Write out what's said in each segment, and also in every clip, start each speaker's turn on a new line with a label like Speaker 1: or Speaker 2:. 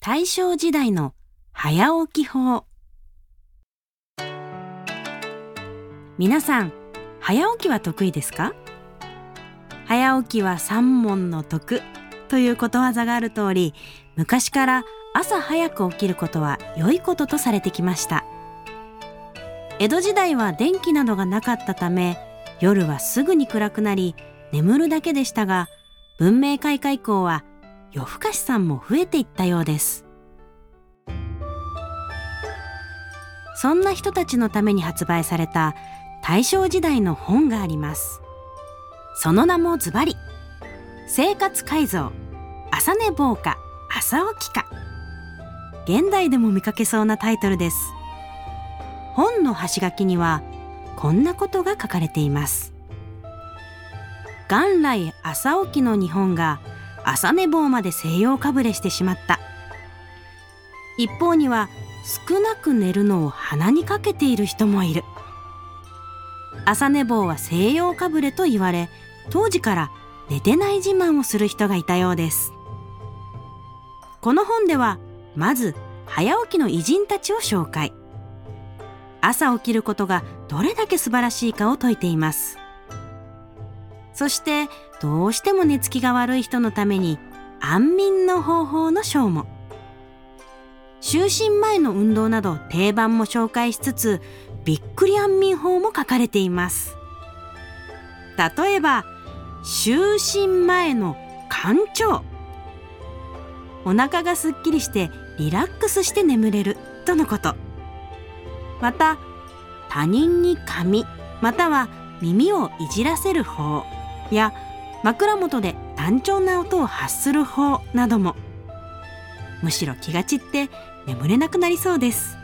Speaker 1: 大正時代の早起き法皆さん早起きは得意ですか早起きは三問の得ということわざがある通り昔から朝早く起きることは良いこととされてきました江戸時代は電気などがなかったため夜はすぐに暗くなり眠るだけでしたが文明開化以降は夜更かしさんも増えていったようですそんな人たちのために発売された大正時代の本がありますその名もズバリ生活改造朝寝坊か朝起きか現代でも見かけそうなタイトルです本の端書きにはこんなことが書かれています元来朝起きの日本が朝寝坊まで西洋かぶれしてしまった一方には少なく寝るのを鼻にかけている人もいる朝寝坊は西洋かぶれと言われ当時から寝てない自慢をする人がいたようですこの本ではまず早起きの偉人たちを紹介朝起きることがどれだけ素晴らしいかを説いていますそしてどうしても寝つきが悪い人のために安眠の方法の章も就寝前の運動など定番も紹介しつつびっくり安眠法も書かれています例えば就寝前の干潮お腹がすっきりしてリラックスして眠れるとのことまた他人に髪または耳をいじらせる法や枕元で単調な音を発する法などもむしろ気が散って眠れなくなりそうです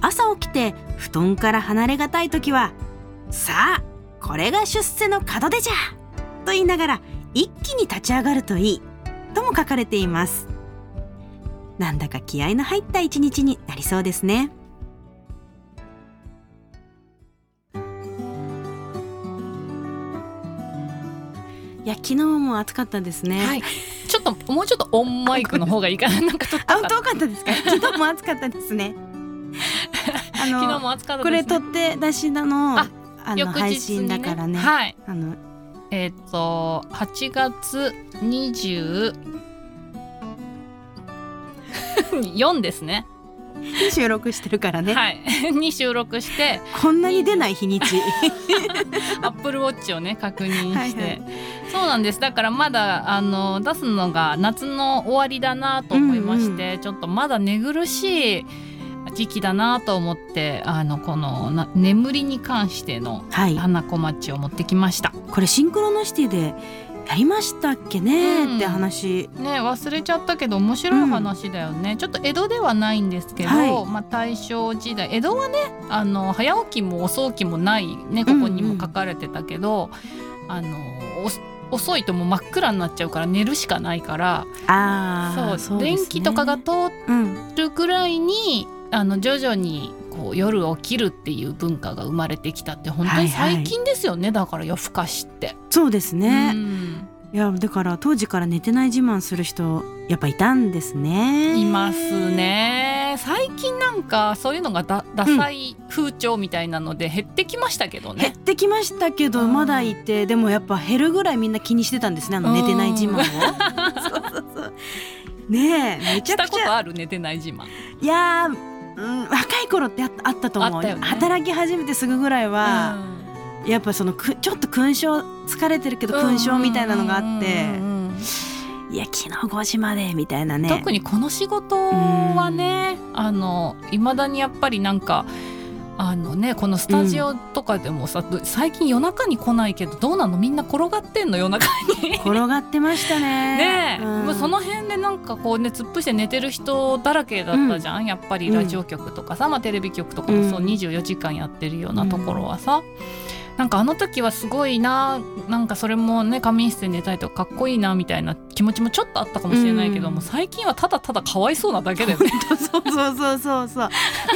Speaker 1: 朝起きて布団から離れがたい時は「さあこれが出世の門出じゃ!」と言いながら一気に立ち上がるといいとも書かれていますなんだか気合の入った一日になりそうですねいや昨日も暑かったですね
Speaker 2: はい。ちょっともうちょっとオンマイクの方がいいかな。なんか撮っ
Speaker 1: あ、
Speaker 2: たか
Speaker 1: 本
Speaker 2: な。
Speaker 1: 当多かったですか。 昨日も暑かったですね。あ
Speaker 2: 昨日
Speaker 1: の、
Speaker 2: も暑かった
Speaker 1: こ
Speaker 2: で
Speaker 1: れ
Speaker 2: す、ね。
Speaker 1: 取って出しなの、あ
Speaker 2: あ
Speaker 1: の
Speaker 2: 翌日にね
Speaker 1: 配信だからね。
Speaker 2: はい。
Speaker 1: あの、
Speaker 2: えっ、と8月20 4ですね。
Speaker 1: 収録してるからね。
Speaker 2: はい。 に収録して、
Speaker 1: こんなに出ない日にち。
Speaker 2: アップルウォッチをね確認して、
Speaker 1: はいはい
Speaker 2: そうなんです。だからまだあの出すのが夏の終わりだなと思いまして、ちょっとまだ寝苦しい時期だなと思って、あのこのな眠りに関しての
Speaker 1: はい。
Speaker 2: 花子町を持ってきました
Speaker 1: これシンクロノシティでやりましたっけね、
Speaker 2: うん
Speaker 1: って話。
Speaker 2: ね忘れちゃったけど面白い話だよね、ちょっと江戸ではないんですけど、
Speaker 1: はい
Speaker 2: まあ、大正時代江戸はねあの早起きも遅起きもないねここに
Speaker 1: うんう
Speaker 2: も
Speaker 1: ん
Speaker 2: 書かれてたけど、あのお遅いともう真っ暗になっちゃうから寝るしかないから
Speaker 1: ああ、
Speaker 2: そう
Speaker 1: ですね
Speaker 2: 電気とかが。通っ
Speaker 1: うん。
Speaker 2: るくらいにあの徐々にこう夜起きるっていう文化が生まれてきたって本当に最近ですよね、だから夜更かしって。
Speaker 1: そうです
Speaker 2: う
Speaker 1: ね。
Speaker 2: ん
Speaker 1: いや、だから当時から寝てない自慢する人、やっぱいたんですね。
Speaker 2: います。ね最近なんかそういうのがだダサい風潮みたいなので減ってきましたけど
Speaker 1: 減っ
Speaker 2: ね、
Speaker 1: てきましたけど、
Speaker 2: うん
Speaker 1: まだいてでもやっぱ減るぐらいみんな気にしてたんですねあの
Speaker 2: うん
Speaker 1: 寝てない自 慢を。そうそうそうねえめち
Speaker 2: し
Speaker 1: ゃ
Speaker 2: た
Speaker 1: く
Speaker 2: こ
Speaker 1: ち
Speaker 2: と
Speaker 1: ゃ
Speaker 2: ある寝てない自慢
Speaker 1: いやー、うん、若い頃ってあったあったと思う、
Speaker 2: あったよね
Speaker 1: 働き始めてすぐぐらいは、やっぱそのくちょっと勲章疲れてるけど勲章みたいなのがあって、
Speaker 2: うんうんうんうん
Speaker 1: いや昨日5時までみたいなね
Speaker 2: 特にこの仕事はねあのいまだにやっぱりなんかあのねこのスタジオとかでもさ、最近夜中に来ないけどどうなのみんな転がってんの夜中に。
Speaker 1: 転がってましたね
Speaker 2: ねえ、
Speaker 1: うん
Speaker 2: もうその辺でなんかこうね突っ伏して寝てる人だらけだったじゃん、やっぱりラジオ局とかさ、まあ、テレビ局とかもそう
Speaker 1: うん
Speaker 2: 24時間やってるようなところはさ、なんかあの時はすごいななんかそれもね仮眠室で寝たりとかかっこいいなみたいな気持ちもちょっとあったかもしれないけど、
Speaker 1: うん
Speaker 2: もう最近はただただかわいそうなだけでね
Speaker 1: そうそうそうそうそうや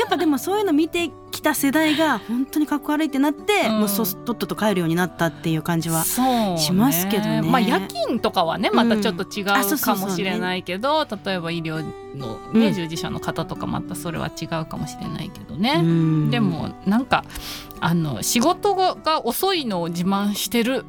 Speaker 1: っぱでもそういうの見てきた世代が本当にかっこ悪いってなって、
Speaker 2: うん
Speaker 1: もうそとっとと帰るようになったっていう感じは
Speaker 2: そうね
Speaker 1: しますけどね
Speaker 2: まあ夜勤とかはねまたちょっと違
Speaker 1: あそうそうそう
Speaker 2: うか
Speaker 1: ね
Speaker 2: もしれないけど、例えば医療の、ね
Speaker 1: うん
Speaker 2: 従事者の方とかまたそれは違うかもしれないけどね。
Speaker 1: うん
Speaker 2: でもなんかあの仕事が遅いのを自慢してる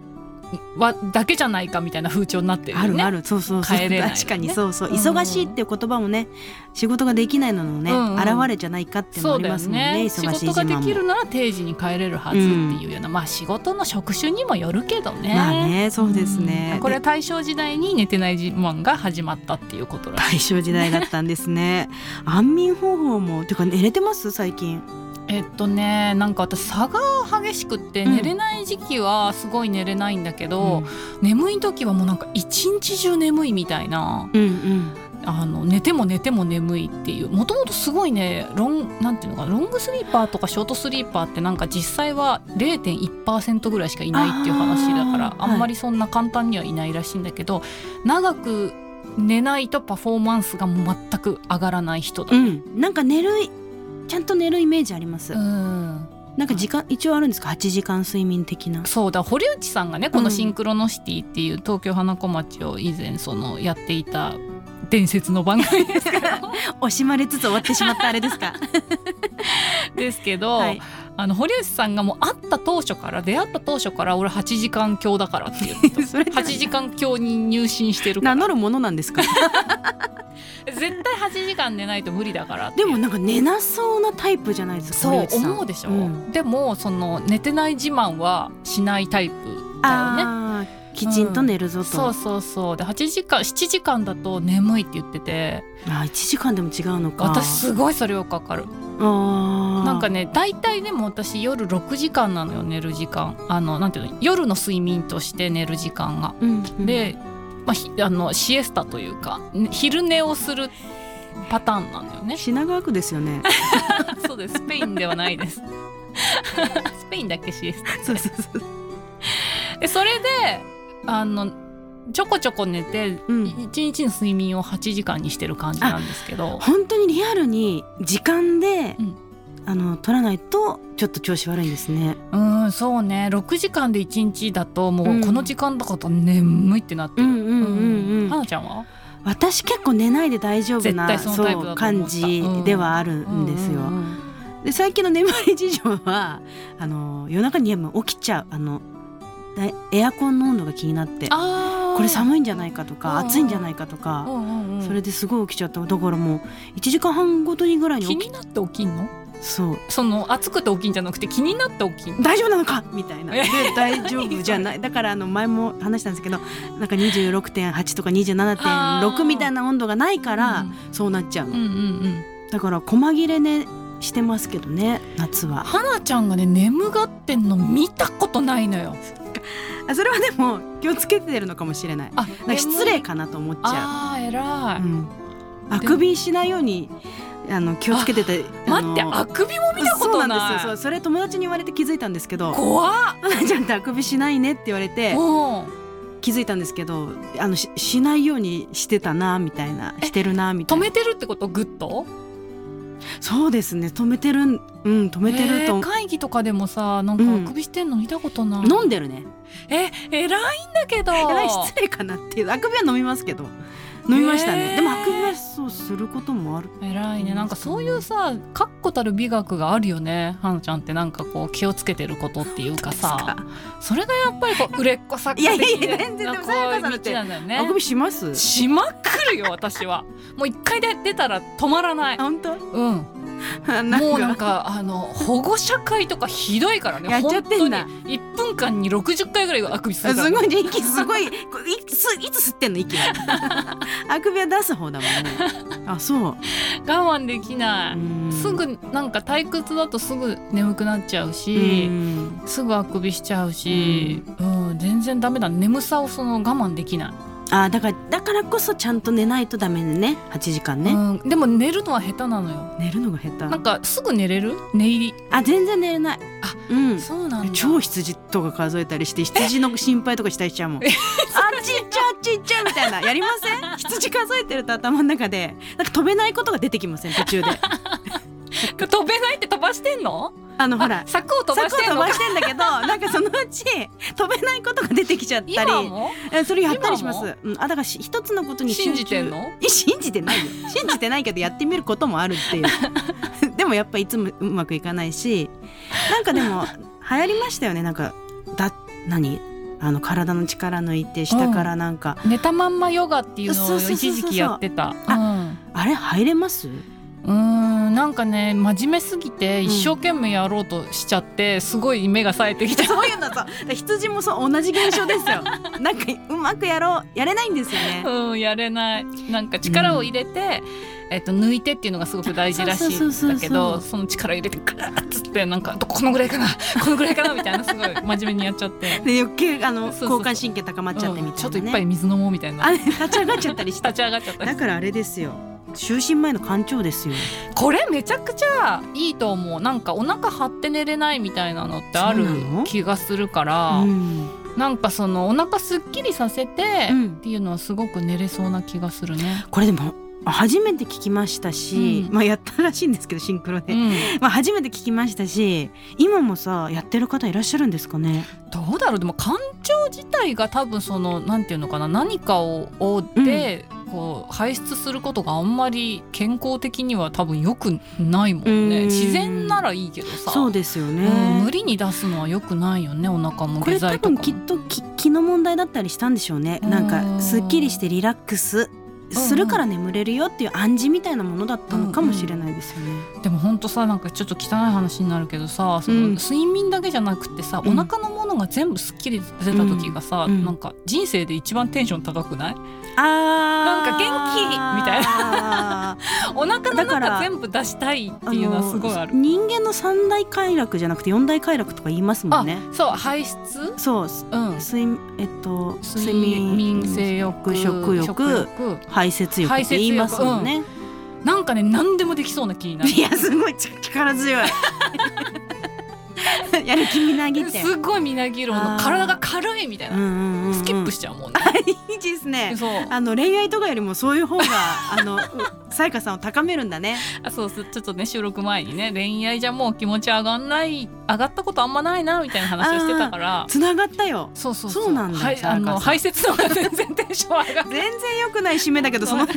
Speaker 2: はだけじゃないかみたいな風潮になってるよ
Speaker 1: あ
Speaker 2: ね。
Speaker 1: るあるそうそうそう
Speaker 2: 帰れないよね
Speaker 1: 確かにそうそう、
Speaker 2: うん
Speaker 1: 忙しいっていう言葉もね仕事ができないののね、
Speaker 2: うんうん
Speaker 1: 現れじゃないかっていうのもあ
Speaker 2: そう
Speaker 1: り
Speaker 2: だよ
Speaker 1: ますもんね
Speaker 2: ね
Speaker 1: 忙しい
Speaker 2: 仕
Speaker 1: 自
Speaker 2: 事が
Speaker 1: 慢
Speaker 2: で
Speaker 1: も
Speaker 2: きるなら定時に帰れるはずっていうような、まあ仕事の職種にもよるけどね。
Speaker 1: まあねそうですね、
Speaker 2: うんこれは大正時代に寝てない自慢が始まったっていうことらしい。
Speaker 1: 大正時代だったんです ね安眠方法もてか寝れてます最近
Speaker 2: えっとねなんか私差が激しくって
Speaker 1: うん
Speaker 2: 寝れない時期はすごい寝れないんだけ
Speaker 1: う
Speaker 2: ど
Speaker 1: ん、
Speaker 2: 眠い時はもうなんか一日中眠いみたいな。
Speaker 1: うんうん
Speaker 2: あの寝ても寝ても眠いっていうもともとすごいねロンなんていうのかなロングスリーパーとかショートスリーパーってなんか実際は0.1%ぐらいしかいないっていう話だから
Speaker 1: あ
Speaker 2: あ
Speaker 1: ー
Speaker 2: んまりそんな簡単にはいないらしいんだけど、長く寝ないとパフォーマンスが全く上がらない人だ。
Speaker 1: うんなんか寝るちゃんと寝るイメージあります、
Speaker 2: うん
Speaker 1: なんか時間一応あるんですか8時間睡眠的な
Speaker 2: そうだ堀内さんがねこの「シンクロノシティ」っていう東京花子町を以前そのやっていた伝説の番組ですけど
Speaker 1: 惜しまれつつ終わってしまったあれですか
Speaker 2: ですけど、
Speaker 1: はい
Speaker 2: あの堀内さんがもう会った当初から出会った当初から俺8時間強だからって 言ってた
Speaker 1: それ
Speaker 2: 8時間強に入信してるか
Speaker 1: 名乗
Speaker 2: ら
Speaker 1: るものなんです か
Speaker 2: 絶対8時間寝ないと無理だからっ
Speaker 1: で
Speaker 2: て
Speaker 1: もなんか寝なそうなタイプじゃないですか
Speaker 2: そ
Speaker 1: 堀
Speaker 2: う
Speaker 1: 内さん
Speaker 2: 思うでしょ、
Speaker 1: うん
Speaker 2: でもその寝てない自慢はしないタイプだよね
Speaker 1: あーきちんと寝るぞと、
Speaker 2: そうそうそうで8時間7時間だと眠いって言ってて
Speaker 1: あ1時間でも違うのか
Speaker 2: 私すごいそれをかかる
Speaker 1: あ
Speaker 2: なんかね大体でも私夜6時間なのよ寝る時間あのなんていうの夜の睡眠として寝る時間がで、まあひ、あのシエスタというかね昼寝をするパターンなんだよね
Speaker 1: 品川区ですよね
Speaker 2: そうです スペインではないですスペインだっけシエスタ
Speaker 1: そうそうそう
Speaker 2: でそれであのちょこちょこ寝て
Speaker 1: うん
Speaker 2: 一日の睡眠を8時間にしてる感じなんですけど
Speaker 1: 本当にリアルに時間で、
Speaker 2: うん
Speaker 1: あの取らないとちょっと調子悪いんですね
Speaker 2: うんそうね6時間で1日だともうこの時間だから眠いってなってる、
Speaker 1: うんうんうんうん
Speaker 2: はなちゃんは
Speaker 1: 私結構寝ないで大丈夫な
Speaker 2: 絶対そのタイプだと思った
Speaker 1: 感じではあるんですよ、
Speaker 2: うんうんうん
Speaker 1: で最近の眠り事情は あの夜中にやっぱ起きちゃうあのだエアコンの温度が気になって
Speaker 2: あー
Speaker 1: これ寒いんじゃないかとか
Speaker 2: うん
Speaker 1: 暑いんじゃないかと
Speaker 2: う
Speaker 1: か
Speaker 2: んうんうん
Speaker 1: それですごい起きちゃっただからもう1時間半ごとにぐらいに
Speaker 2: 気
Speaker 1: 起き
Speaker 2: になって起きんの
Speaker 1: そう
Speaker 2: その暑くて起きんじゃなくて気になって起きんの
Speaker 1: 大丈夫なのかみたいなで
Speaker 2: え
Speaker 1: 大丈夫じゃ ないだからあの前も話したんですけどなんか26.8とか27.6みたいな温度がないからそうなっちゃう
Speaker 2: うんうんうん
Speaker 1: だから細切れ寝してますけどね夏は
Speaker 2: はなちゃんがね眠がってんの見たことないのよ
Speaker 1: あそれはでも気をつけてるのかもしれない
Speaker 2: あ
Speaker 1: なんか失礼かなと思っちゃ
Speaker 2: あー
Speaker 1: う。
Speaker 2: 偉
Speaker 1: う
Speaker 2: い、
Speaker 1: ん、あくびしないようにあの気をつけてて
Speaker 2: 待って
Speaker 1: の
Speaker 2: あくびも見たこと
Speaker 1: そうなん
Speaker 2: な
Speaker 1: で
Speaker 2: い
Speaker 1: すよそうそれ友達に言われて気づいたんですけど
Speaker 2: 怖っ
Speaker 1: 「花ちゃんってあくびしないね」って言われて
Speaker 2: も
Speaker 1: 気づいたんですけどあのししないようにしてたなみたいなしてるなみた
Speaker 2: 止
Speaker 1: いな
Speaker 2: めてるってことグッと
Speaker 1: そうですね止めてるんうん止めてる
Speaker 2: えー
Speaker 1: と、
Speaker 2: 会議とかでもさなん
Speaker 1: うん
Speaker 2: かあくびしてんの見たことない、
Speaker 1: 飲んでるね
Speaker 2: え偉いんだけど
Speaker 1: えらい失礼かなっていうあくびは飲みますけど飲みましたね、
Speaker 2: えー
Speaker 1: でもあくびはそうすることもある
Speaker 2: 偉いねなんかそういうさ確固たる美学があるよねはなちゃんってなんかこう気をつけてることっていうかさ
Speaker 1: 本当
Speaker 2: それがやっぱりこう売れっ子作家的
Speaker 1: いやいや全然でもさやかさんだって
Speaker 2: なんだよ
Speaker 1: あ
Speaker 2: ね
Speaker 1: くびします
Speaker 2: しまくるよ私はもう一回で出たら止まらない
Speaker 1: あ本当
Speaker 2: うん
Speaker 1: なんか
Speaker 2: もうなんかあの保護者会とかひどいからね
Speaker 1: やっちゃってんだ
Speaker 2: 本当に1分間に60回ぐらいあくびするから
Speaker 1: すごいね息すごいこいついつ吸ってんの息は あくびは出す方だもん ねあそう
Speaker 2: 我慢できな
Speaker 1: う
Speaker 2: い
Speaker 1: ん
Speaker 2: すぐなんか退屈だとすぐ眠くなっちゃう
Speaker 1: う
Speaker 2: し、
Speaker 1: ん
Speaker 2: すぐあくびしちゃうし、うん全然ダメだ眠さをその我慢できない、
Speaker 1: あだからだからこそちゃんと寝ないとダメね8時間ね、
Speaker 2: うん、でも寝るのは下手なのよ
Speaker 1: 寝るのが下手
Speaker 2: なんかすぐ寝れる寝入り、
Speaker 1: あ全然寝れない
Speaker 2: あ
Speaker 1: うん
Speaker 2: そうなんだ
Speaker 1: 超羊とか数えたりして羊の心配とかしたりしちゃうもんあれちっちゃちっちゃみたいなやりません 羊数えてると頭の中でなんか飛べないことが出てきません途中で
Speaker 2: 飛べないって飛ばしてんの
Speaker 1: あのほ ら
Speaker 2: 柵を飛ば
Speaker 1: 柵を
Speaker 2: してん
Speaker 1: 飛
Speaker 2: の
Speaker 1: ば
Speaker 2: か
Speaker 1: してんだけどなんかそのうち飛べないことが出てきちゃったり
Speaker 2: 今も
Speaker 1: えそれやったりしま
Speaker 2: 今
Speaker 1: す、うん、あだからし一つのことに集中
Speaker 2: 信じてんの
Speaker 1: いや 信じてないよ信じてないけどやってみることもあるっていう でもやっぱいつもうまくいかないしなんかでも流行りましたよねなんかだ何あの体の力抜いて下からなんか、
Speaker 2: 寝たまんまヨガっていうの
Speaker 1: そ
Speaker 2: を
Speaker 1: うそうそうそう
Speaker 2: 一時期やってた
Speaker 1: あれ入れます
Speaker 2: うんうーんなんかね真面目すぎて一生懸命やろうとしちゃってすごい目が冴えてきた、
Speaker 1: そういうのさ羊もそう同じ現象ですよ なんかうまくやろうやれないんですよ ね
Speaker 2: うん、やれないなんか力を入れて、えっと、抜いてっていうのがすごく大事らしい
Speaker 1: そうんそうそうそうそう
Speaker 2: だけどその力入れてグーッつってなんかこのぐらいかなこのぐらいかなみたいなすごい真面目にやっちゃ って。
Speaker 1: で余計あの
Speaker 2: そうそうそう
Speaker 1: 交感神経高まっちゃってみ
Speaker 2: うんち
Speaker 1: たい
Speaker 2: ょっと
Speaker 1: ない
Speaker 2: っぱ
Speaker 1: ね、
Speaker 2: い水飲もうみたいな
Speaker 1: あれ 立ち上がっちゃったりして
Speaker 2: 立ち上がっちゃった
Speaker 1: だからあれですよ就寝前の干潮ですよ
Speaker 2: これめちゃくちゃいいと思うなんかお腹張って寝れないみたいなのってある
Speaker 1: そうなの
Speaker 2: 気がするから
Speaker 1: うん
Speaker 2: なんかそのお腹すっきりさせて、
Speaker 1: うん
Speaker 2: っていうのはすごく寝れそうな気がするね。
Speaker 1: これでも初めて聞きましたし、
Speaker 2: うん
Speaker 1: まあやったらしいんですけどシンクロで、
Speaker 2: うん
Speaker 1: まあ初めて聞きましたし今もさやってる方いらっしゃるんですかね
Speaker 2: どうだろうでも感情自体が多分そのなんていうのかな何かを追って、こう排出することがあんまり健康的には多分良くないもん
Speaker 1: う
Speaker 2: ね
Speaker 1: ん
Speaker 2: 自然ならいいけどさ
Speaker 1: そうですよね、
Speaker 2: うん無理に出すのは良くないよねお腹も
Speaker 1: こ
Speaker 2: 下
Speaker 1: れ多
Speaker 2: 剤とか
Speaker 1: 分
Speaker 2: も
Speaker 1: きっとき気の問題だったりしたんでしょうね
Speaker 2: うん
Speaker 1: なんかすっきりしてリラックスするから眠れるよっていう暗示みたいなものだったのかもしれないですよね、
Speaker 2: でもほんとさなんかちょっと汚い話になるけどさそ
Speaker 1: うん
Speaker 2: の睡眠だけじゃなくってさ、
Speaker 1: うん
Speaker 2: お腹のものが全部すっきり出た時がさ、
Speaker 1: うん
Speaker 2: なんか人生で一番テンション高く ない
Speaker 1: あ
Speaker 2: なんか元気みた い
Speaker 1: な
Speaker 2: お腹の
Speaker 1: だか
Speaker 2: 中
Speaker 1: ら
Speaker 2: 全部出したいっていうのはすごいある。
Speaker 1: 人間の三大快楽じゃなくて四大快楽とか言いますも
Speaker 2: あ
Speaker 1: んね
Speaker 2: そう排出
Speaker 1: そう
Speaker 2: うん
Speaker 1: 睡えっと
Speaker 2: 睡眠性欲
Speaker 1: 食欲排泄欲って言いますもんね、
Speaker 2: なんかね何でもできそうな気 になる
Speaker 1: いやすごい力強い やる気みなぎって
Speaker 2: すごいみなぎるもの
Speaker 1: あー
Speaker 2: 体が軽いみたいな、ス
Speaker 1: ス
Speaker 2: キップ
Speaker 1: し
Speaker 2: しちゃうもんね、
Speaker 1: いいですね
Speaker 2: そう
Speaker 1: あの恋愛とかよりもそういう 方があのうさやかさんを高めるんだね
Speaker 2: あそうそうちょっとね収録前にね恋愛じゃもう気持ち上がんない上がったことあんまないなみたいな話をしてたから
Speaker 1: つながったよ
Speaker 2: そうそう
Speaker 1: そうなんだ
Speaker 2: はい
Speaker 1: さや
Speaker 2: あ
Speaker 1: かさん
Speaker 2: の排泄の方が全然テンション上がる
Speaker 1: 全然良くない締めだけどその そう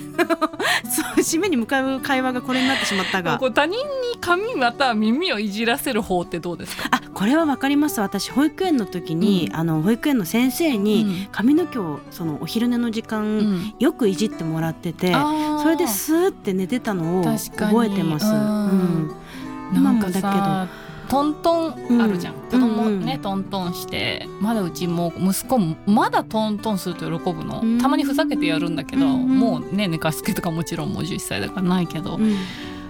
Speaker 1: 締めに向かう会話がこれになってしまったが
Speaker 2: こう他人に髪または耳をいじらせる方ってどうですか、
Speaker 1: あこれはわかります私保育園の時に、あの保育園の先生に、髪の毛をそのお昼寝の時間、
Speaker 2: うん
Speaker 1: よくいじってもらってて
Speaker 2: あー
Speaker 1: それでスーって寝てたのを
Speaker 2: 確かに
Speaker 1: 覚えてます。
Speaker 2: う
Speaker 1: うんん、
Speaker 2: なん
Speaker 1: 今
Speaker 2: か
Speaker 1: もだけど
Speaker 2: さトントンあるじゃん、
Speaker 1: うん
Speaker 2: 子供
Speaker 1: うん
Speaker 2: ね、
Speaker 1: うん
Speaker 2: トントンしてまだうちも息子もまだトントンすると喜ぶの、
Speaker 1: うん
Speaker 2: たまにふざけてやるんだけど、
Speaker 1: うん
Speaker 2: もうね寝かしつけとかもちろんもう11歳だからないけど、
Speaker 1: うん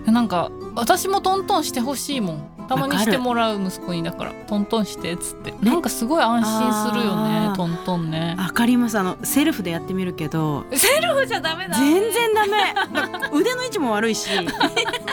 Speaker 2: なんか私もトントンしてほしいもんたまにしてもらう息子にだからトントンしてっつってなんかすごい安心するよ
Speaker 1: あ
Speaker 2: ね
Speaker 1: ー
Speaker 2: トントンね
Speaker 1: わかりますあのセルフでやってみるけど
Speaker 2: セルフじゃダメだ
Speaker 1: 全然ダメ だから腕の位置も悪いし
Speaker 2: 旦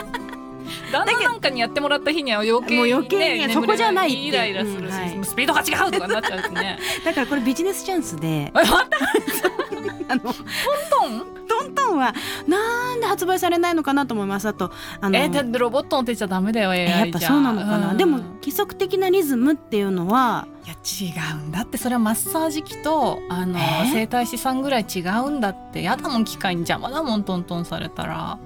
Speaker 2: 那なんかにやってもらった日には余計に、
Speaker 1: もう
Speaker 2: ね、
Speaker 1: 余計にそこじゃないっていう
Speaker 2: イライラするし、
Speaker 1: うんはい
Speaker 2: スピードが違うとかなっちゃうしね
Speaker 1: だからこれビジネスチャンスで
Speaker 2: えまた
Speaker 1: あの
Speaker 2: トン
Speaker 1: トントンはなんで発売されないのかなと思いますあとあの
Speaker 2: えだってロボットの手じゃダメだよ AI
Speaker 1: え
Speaker 2: じゃ
Speaker 1: やっぱそうなのかな、
Speaker 2: うん
Speaker 1: でも規則的なリズムっていうのはい
Speaker 2: や違うんだってそれはマッサージ機とあの
Speaker 1: え
Speaker 2: 整体師さんぐらい違うんだってやだもん機械に邪魔だもんトントンされたら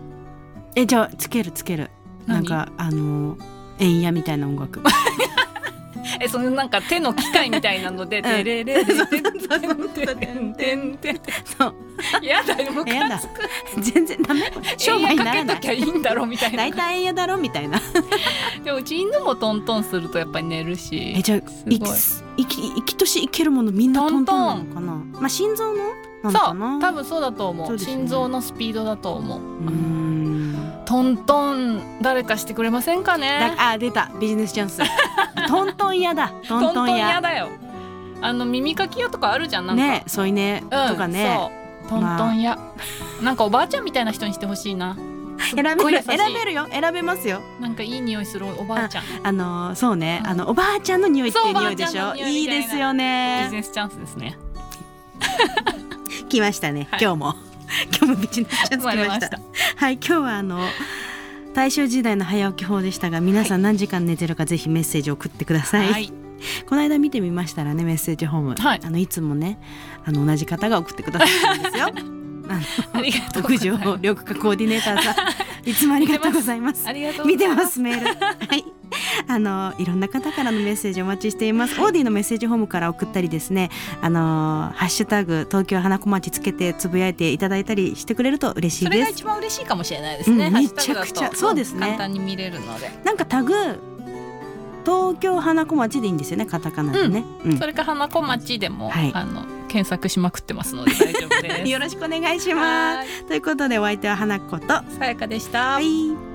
Speaker 1: えじゃあつけるつけるなん
Speaker 2: 何
Speaker 1: かあのえんやみたいな音楽
Speaker 2: えそのなんか手の機械みたいなので「
Speaker 1: ん
Speaker 2: テレ レレ
Speaker 1: そう
Speaker 2: テン
Speaker 1: そうそう
Speaker 2: テンテンテンテンテ
Speaker 1: そう
Speaker 2: ン」やだよム
Speaker 1: えやだ
Speaker 2: カつく
Speaker 1: 全然ダメ商売になら
Speaker 2: 円
Speaker 1: な
Speaker 2: か
Speaker 1: い
Speaker 2: けときゃいいんだろみたいな
Speaker 1: 大体えんやだろみたいな
Speaker 2: でもうち犬もトントンするとやっぱり寝るし
Speaker 1: えじゃあ
Speaker 2: す
Speaker 1: 生
Speaker 2: ご
Speaker 1: き生
Speaker 2: い
Speaker 1: き生きとし生けるものみんなトントンなのかなまあ心臓のなの
Speaker 2: そ
Speaker 1: か
Speaker 2: う
Speaker 1: な
Speaker 2: 多分そうだと思う
Speaker 1: そうですよね
Speaker 2: 心臓のスピードだと思う、
Speaker 1: うーん
Speaker 2: トントン誰かしてくれませんかね
Speaker 1: だあ出たビジネスチャンストントン屋だト
Speaker 2: ト
Speaker 1: ン
Speaker 2: ント
Speaker 1: ト
Speaker 2: ン
Speaker 1: ン
Speaker 2: 嫌
Speaker 1: 屋
Speaker 2: だよあの耳かき屋とかあるじゃんなんか、
Speaker 1: ね添い寝と
Speaker 2: うん、
Speaker 1: かね、
Speaker 2: そうトントン屋、なんかおばあちゃんみたいな人にしてほしいなすっ
Speaker 1: 選
Speaker 2: ご
Speaker 1: べ
Speaker 2: い優
Speaker 1: る
Speaker 2: しい
Speaker 1: 選べるよ選べますよ
Speaker 2: なんかいい匂いするおばあちゃん
Speaker 1: あのーそうね
Speaker 2: うん
Speaker 1: あのおばあちゃんの匂いってい
Speaker 2: そう
Speaker 1: う匂いでし
Speaker 2: おば
Speaker 1: ょ
Speaker 2: あちゃんの匂い
Speaker 1: い
Speaker 2: み
Speaker 1: い
Speaker 2: たいな
Speaker 1: ですよ
Speaker 2: ビジ
Speaker 1: ね
Speaker 2: ネスチャンスですね
Speaker 1: 来ましたね、
Speaker 2: はい
Speaker 1: 今日も今日もビジネスチャンス来ました
Speaker 2: た。
Speaker 1: はい今日はあの大正時代の早起き法でしたが皆さん何時間寝てるかぜひメッセージ送ってください、
Speaker 2: はい。
Speaker 1: この間見てみましたらねメッセージホーム、
Speaker 2: はい
Speaker 1: あのいつもねあの同じ方が送ってくださってるんです よあ
Speaker 2: ありがと
Speaker 1: の
Speaker 2: うござ
Speaker 1: 特
Speaker 2: います
Speaker 1: 上緑化コーディネーターさんいつもありがとうございます
Speaker 2: ありがとうございます。
Speaker 1: 見てますメールはいあのいろんな方からのメッセージお待ちしています、オーディのメッセージホームから送ったりですねあのハッシュタグ東京花子町つけてつぶやいていただいたりしてくれると嬉しい
Speaker 2: それ
Speaker 1: で
Speaker 2: が
Speaker 1: す
Speaker 2: 一番嬉しいかもしれないですね。
Speaker 1: うん
Speaker 2: ハッシュタグだと
Speaker 1: めちゃくちゃそうですね
Speaker 2: 簡単に見れるので。
Speaker 1: なんかタグ東京花子町でいいんですよねカタカナでね、うん
Speaker 2: それか花子町でも、
Speaker 1: はい
Speaker 2: あの検索しまくってますので大丈夫です。
Speaker 1: よろしくお願いし
Speaker 2: は
Speaker 1: ま
Speaker 2: ーい
Speaker 1: すということでお相手は花子とは
Speaker 2: さやかでした。
Speaker 1: い